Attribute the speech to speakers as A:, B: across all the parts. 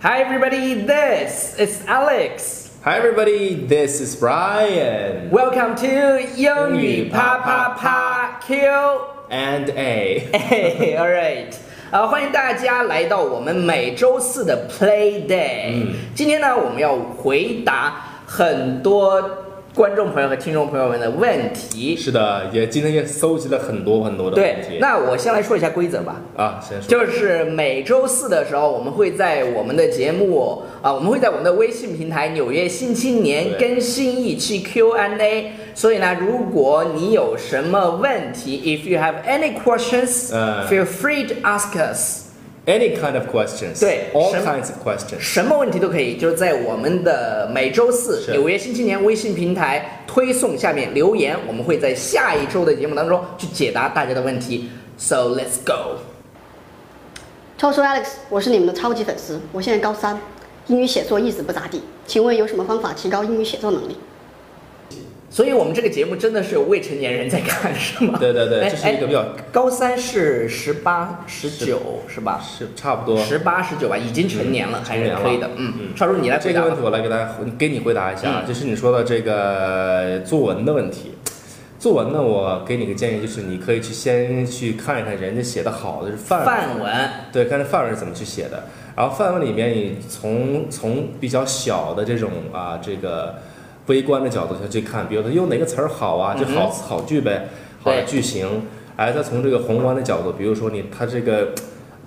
A: Hi everybody, this is Alex.
B: Hi, everybody. This is Brian
A: Welcome to 英语啪啪啪 Q。
B: and A.
A: 哎，All right，啊，欢迎大家来到我们每周四的 Play Day。
B: 嗯
A: 今天呢，我们要回答很多观众朋友和听众朋友们的问题。
B: 是的，也今天也搜集了很多很多的问
A: 对，
B: 题。
A: 那我先来说一下规则吧。
B: 啊，先说
A: 就是每周四的时候，我们会在我们的节目啊，我们会在我们的微信平台《纽约新青年》
B: 对
A: 更新一期 Q&A。所以呢，如果你有什么问题，If you have any questions，、
B: 嗯
A: feel free to ask us。
B: any kind of questions，
A: 对
B: ，all
A: 什么
B: kinds of questions，
A: 什么问题都可以，就是在我们的每周四
B: 是
A: 《纽约新青年》微信平台推送下面留言，我们会在下一周的节目当中去解答大家的问题。So let's go。
C: 超叔 Alex，我是你们的超级粉丝，我现在高三，英语写作一直不咋地，请问有什么方法提高英语写作能力？
A: 所以我们这个节目真的是有未成年人在看，是吗？
B: 对对对，
A: 哎
B: 这是一个比较
A: 高三是十八、十九是吧？
B: 是差不多。
A: 十八、十九吧，已经成年了，还是可以的。嗯，
B: 嗯
A: 超叔你来回
B: 这
A: 答
B: 个问
A: 吧
B: 题。我来给大家回给你回答一下，
A: 嗯
B: 就是你说的这个作文的问题。作文呢，我给你个建议，就是你可以去先去看一看人家写的好的是范文
A: 范文，
B: 对，看这范文是怎么去写的。然后范文里面，你从从比较小的这种啊这个微观的角度下去看，比如说用哪个词儿好啊，就好
A: 嗯哼
B: 词好句呗，好的
A: 对
B: 句型。哎，再从这个宏观的角度，比如说你它这个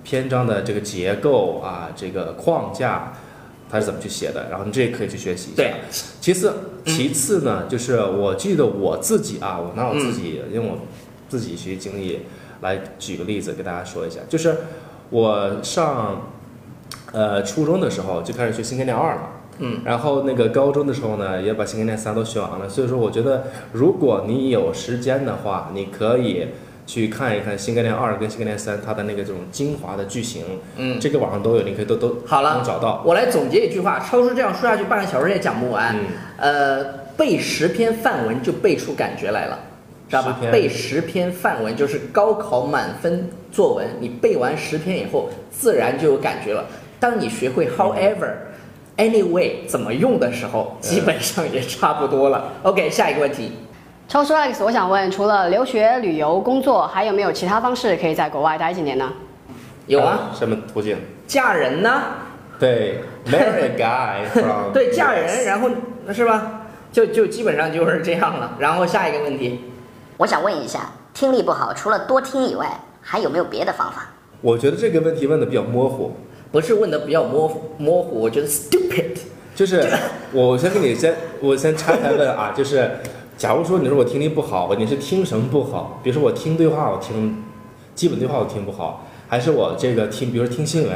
B: 篇章的这个结构啊，这个框架，它是怎么去写的，然后你这也可以去学习一下
A: 对。
B: 其次，其次呢，就是我记得我自己啊，我拿我自己，因为我自己学习经历来举个例子给大家说一下，就是我上呃初中的时候就开始学新概念二了。
A: 嗯，
B: 然后那个高中的时候呢，也把新概念三都学完嗯了。所以说，我觉得如果你有时间的话，你可以去看一看新概念二跟新概念三它的那个这种精华的句型，
A: 嗯，啊
B: 这个网上都有，你可以都都
A: 好了
B: 能找到。
A: 我来总结一句话，超叔这样说下去半个小时也讲不完。
B: 嗯
A: 呃，背十篇范文就背出感觉来了。知道吧
B: 10？篇
A: 背十篇范文就是高考满分作文，你背完十篇以后，自然就有感觉了。当你学会 however、anyway 怎么用的时候，基本上也差不多了。OK，下一个问题。
C: 超叔 Alex，我想问，除了留学、旅游、工作，还有没有其他方式可以在国外待几年呢？
A: 有啊，
B: 什么途径？
A: 嫁人呢？
B: 对，marry a guy from
A: 对，嫁人，然后是吧？就就基本上就是这样了。然后下一个问题，
D: 我想问一下，听力不好，除了多听以外，还有没有别的方法？
B: 我觉得这个问题问的比较模糊，
A: 不是问的比较模糊模糊，我觉得 stupid。
B: 就是 我先跟你先我先拆开问啊，就是假如说你说我听力不好，你是听什么不好？比如说我听对话，我听基本对话我听不好，还是我这个听，比如说听新闻，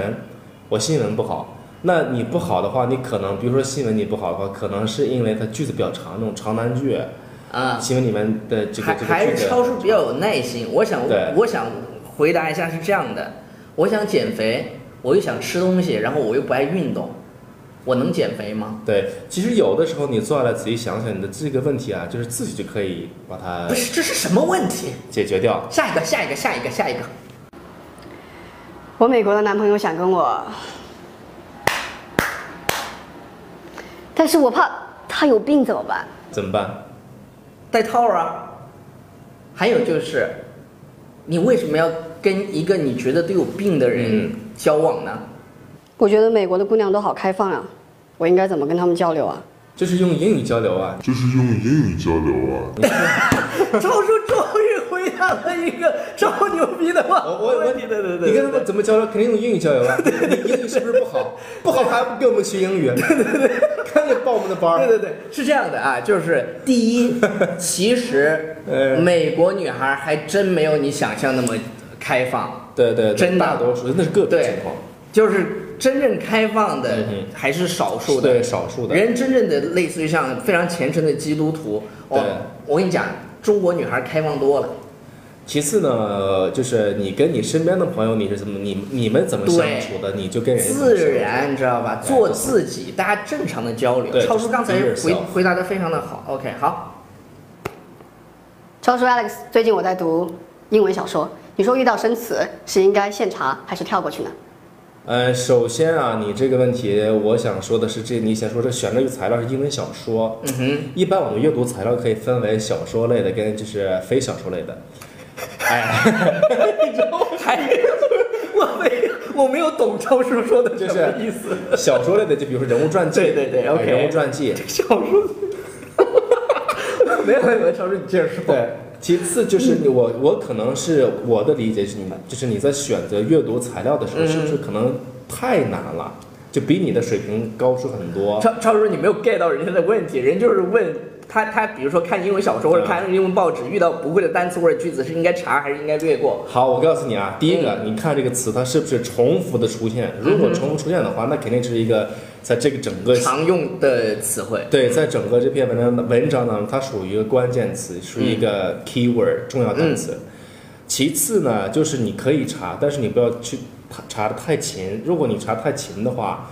B: 我新闻不好。那你不好的话，你可能比如说新闻你不好的话，可能是因为它句子比较长，那种长难句，
A: 啊、
B: 新闻里面的这个
A: 还
B: 这
A: 还
B: 个句
A: 是
B: 子
A: 超叔比较有耐心。我想
B: 对，
A: 我想回答一下是这样的：我想减肥，我又想吃东西，然后我又不爱运动，我能减肥吗？
B: 对，其实有的时候你坐下来仔细想想，你的这个问题啊，就是自己就可以把它
A: 不是，这是什么问题？
B: 解决掉。
A: 下一个，下一个，下一个，下一个。
C: 我美国的男朋友想跟我，但是我怕他有病怎么办？
B: 怎么办？
A: 戴套啊。还有就是，你为什么要跟一个你觉得都有病的人
B: 嗯
A: 交往呢？
C: 我觉得美国的姑娘都好开放啊，我应该怎么跟他们交流啊？
B: 就是用英语交流啊，
E: 这是用英语交流啊。
A: 超叔终于回答了一个超牛逼的话
B: 我我我
A: 问题，对对对，
B: 你跟他们怎么交流？肯定用英语 交流啊。你你英语是不是不好？不好还不给我们学英语？啊对对对，赶紧报我们的班
A: 对
B: 儿。
A: 对对，是这样的啊，就是第 一，其实
B: 呃
A: 美国女孩还真没有你想象那么开放，
B: 对对对，
A: 真的
B: 大多数那是个别
A: 对
B: 情况，
A: 就是真正开放的
B: 嗯哼
A: 还是少数的，
B: 对少数的。
A: 人真正的类似于像非常虔诚的基督徒，
B: 对
A: 哦，我跟你讲，中国女孩开放多了，
B: 其次呢，就是你跟你身边的朋友，你是怎么你你们怎么相处的，你就跟人家怎么相处
A: 自然，你知道吧？
B: 对
A: 做自己，大家正常的交流。
B: 对
A: 超叔刚才
B: be
A: 回
B: yourself
A: 回答的非常的好，OK，好，
C: 超叔 Alex，最近我在读英文小说，你说遇到生词是应该现查还是跳过去呢？
B: 呃，首先啊，你这个问题，我想说的是，这你先说这选这个材料是英文小说。
A: 嗯哼，
B: 一般我们阅读材料可以分为小说类的跟就是非小说类的。哎，
A: 还 我没我没有懂超叔说的
B: 就
A: 什
B: 是
A: 么意思。
B: 小说类的就比如说人物传记，
A: 对对对
B: 哎
A: OK
B: 人物传记。
A: 小叔， 没有没有，超叔你接着说。
B: 对，哦其次就是你我我可能是我的理解是你就是你在选择阅读材料的时候，
A: 嗯
B: 是不是可能太难了，就比你的水平高出很多？
A: 超超叔，你没有 get 到人家的问题，人就是问他他，比如说看英文小说或者
B: 嗯
A: 看英文报纸，遇到不会的单词或者句子，是应该查还是应该略过？
B: 好，我告诉你啊，第一
A: 嗯
B: 个，你看这个词它是不是重复的出现？如果重复出现的话，那肯定是一个在这个整个
A: 常用的词汇。
B: 对，在整个这篇文章的文章当中，它属于一个关键词，属于一个
A: 嗯
B: keyword 重要单词。其次呢，就是你可以查，但是你不要去查查的太勤。如果你查太勤的话，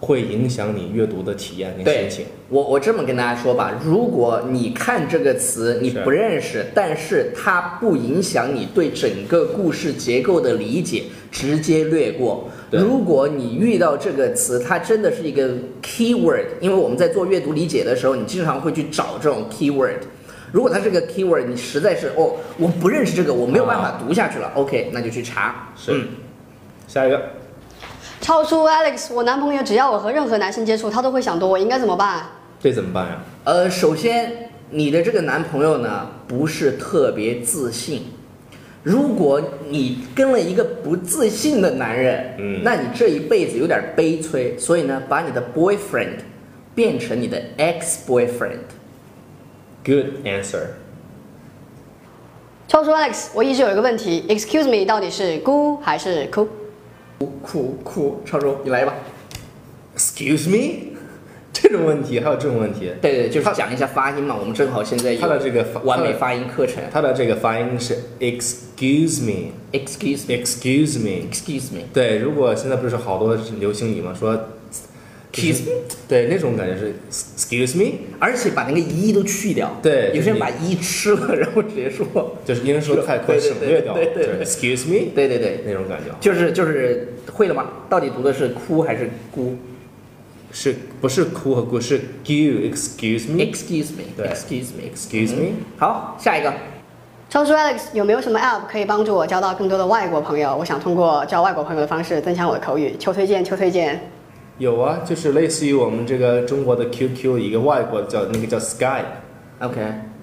B: 会影响你阅读的体验跟
A: 对
B: 心情。
A: 我我这么跟大家说吧，如果你看这个词你不认识，但是它不影响你对整个故事结构的理解，直接略过。
B: 对
A: 如果你遇到这个词，它真的是一个 keyword，因为我们在做阅读理解的时候，你经常会去找这种 keyword。如果它是个 keyword，你实在是哦，我不认识这个，我没有办法读下去了。OK，那就去查。
B: 是
A: 嗯
B: 下一个，
C: 超叔 Alex，我男朋友只要我和任何男性接触，他都会想多，我应该怎么办啊？
B: 这怎么办呀？
A: 呃，首先，你的这个男朋友呢不是特别自信。如果你跟了一个不自信的男人，
B: 嗯
A: 那你这一辈子有点悲催。所以呢，把你的 boyfriend 变成你的 ex boyfriend。
B: Good answer。
C: 超叔 Alex，我一直有一个问题，Excuse me，到底是咕还是哭？
A: 酷酷，超叔，你来吧。
B: Excuse me，这 种问题还有这种问题，
A: 对对，就是
B: 他
A: 讲一下发音嘛。我们正好现在有
B: 他的这个发
A: 完美
B: 他的
A: 发音课程。
B: 它的这个发音是 Excuse me，Excuse
A: Excuse me,
B: me。
A: excuse me,
B: 对，如果现在不是好多流行语嘛，说
A: kiss me，
B: 对那种感觉是 excuse me，
A: 而且把那个一都去掉。
B: 对
A: 有些
B: 就是
A: 人
B: 你
A: 把一吃了，然后直接说。
B: 就是英文说太快
A: 对对
B: 省略掉了，
A: 对对对对
B: excuse me
A: 对对对，
B: 那种感觉，
A: 就是就是会了吗？到底读的是哭还是咕
B: 是不是哭和哭是 you excuse me
A: ？Excuse me，
B: 嗯对
A: excuse me，
B: excuse me，
A: 嗯好，下一个，
C: 超叔 Alex，有没有什么 App 可以帮助我交到更多的外国朋友？我想通过交外国朋友的方式增强我的口语，求推荐，求推荐。
B: 有啊，就是类似于我们这个中国的 QQ，一个外国的叫那个叫 Skype，
A: OK，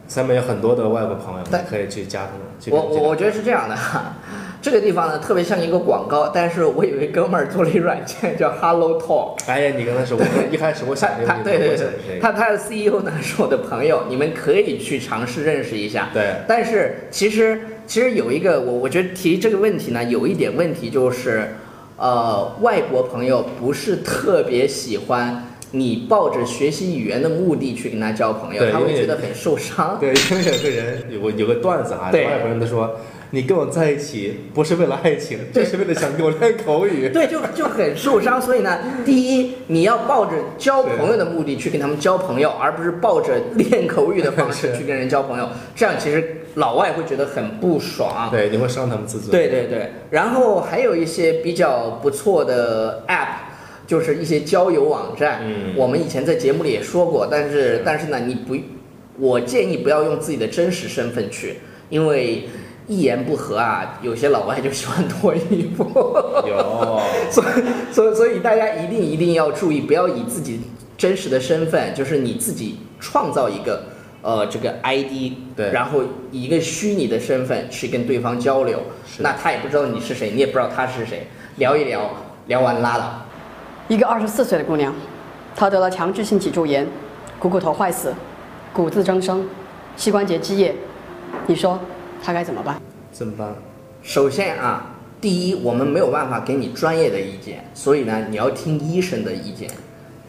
B: 上面有很多的外国朋友，
A: 但
B: 你可以去加他们。去
A: 我
B: 跟
A: 我我觉得是这样的哈，这个地方呢特别像一个广告，但是我以为哥们儿做了一软件叫 Hello Talk。
B: 哎呀，你刚才说，我一开始我
A: 他
B: 想这个
A: 他
B: 问题，
A: 对对
B: 我
A: 对
B: 想这，个
A: 他他的 CEO 呢是我的朋友，你们可以去尝试认识一下。
B: 对
A: 但是其实其实有一个我我觉得提这个问题呢，有一点问题就是，呃，外国朋友不是特别喜欢你抱着学习语言的目的去跟他交朋友
B: 对，
A: 他
B: 因为
A: 会觉得很受伤。
B: 对，因为有个人有个有个段子啊，
A: 对
B: 外国人他说，你跟我在一起不是为了爱情，这是为了想跟我练 口语。
A: 对，就就很受伤。所以呢，
B: 嗯
A: 第一，你要抱着交朋友的目的去跟他们交朋友，而不是抱着练口语的方式
B: 是
A: 去跟人交朋友。这样其实老外会觉得很不爽。
B: 对，你会伤他们自尊。
A: 对对对，然后还有一些比较不错的 app。就是一些交友网站，
B: 嗯
A: 我们以前在节目里也说过，但是但是呢，你不，我建议不要用自己的真实身份去，因为一言不合啊，有些老外就喜欢脱衣服。
B: 有，
A: 所以，所以，所以大家一定一定要注意，不要以自己真实的身份，就是你自己创造一个呃这个 ID，
B: 对
A: 然后以一个虚拟的身份去跟对方交流，
B: 是的
A: 那他也不知道你是谁，你也不知道他是谁，聊一聊，聊完拉倒。
C: 一个二十四岁的姑娘，她得了强制性脊柱炎，股骨头坏死，骨质增生，膝关节积液，你说她该怎么办？
B: 怎么办？
A: 首先啊，第一，我们没有办法给你专业的意见，所以呢，你要听医生的意见，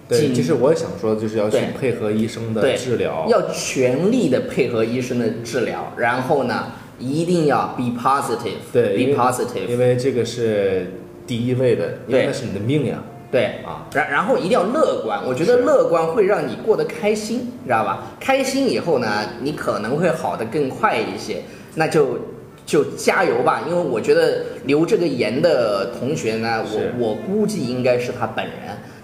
B: 对，
A: 仅
B: 其实我也想说，就是要去
A: 对
B: 配合医生的
A: 对
B: 治疗。
A: 要全力的配合医生的治疗，然后呢，一定要 be positive，
B: 对因为
A: ，be positive，
B: 因为这个是第一位的，因为
A: 对
B: 那是你的命呀。
A: 对
B: 啊，
A: 然然后一定要乐观，我觉得
B: 是
A: 乐观会让你过得开心，你知道吧？开心以后呢，你可能会好得更快一些，那就就加油吧，因为我觉得留这个言的同学呢，
B: 是
A: 我我估计应该是他本人。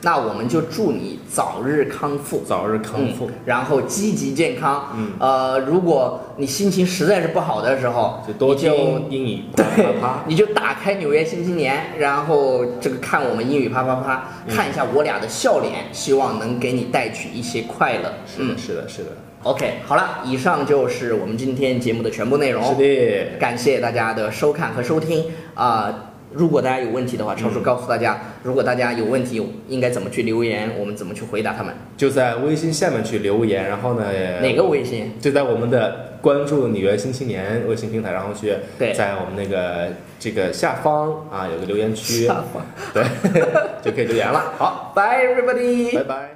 A: 那我们就祝你早日康复，
B: 早日康复
A: 嗯，然后积极健康。
B: 嗯
A: 呃，如果你心情实在是不好的时候，
B: 就多
A: 你就
B: 听英语啪
A: 对
B: 啪啪，。
A: 你就打开《纽约新青年》，然后这个看我们英语啪啪啪，
B: 嗯
A: 看一下我俩的笑脸，希望能给你带去一些快乐。
B: 是
A: 嗯
B: 的，是的，是的，
A: ，OK，好了，以上就是我们今天节目的全部内容。
B: 是的，
A: 感谢大家的收看和收听啊、如果大家有问题的话，超
B: 嗯
A: 叔告诉大家，如果大家有问题应该怎么去留言，我们怎么去回答他们？
B: 就在微信下面去留言，然后呢，
A: 哪个微信？
B: 就在我们的关注“纽约新青年”微信平台，然后去
A: 对
B: 在我们那个这个下方啊有个留言区，
A: 下方
B: 对，就可以留言了。好，
A: Bye everybody.
B: 拜拜。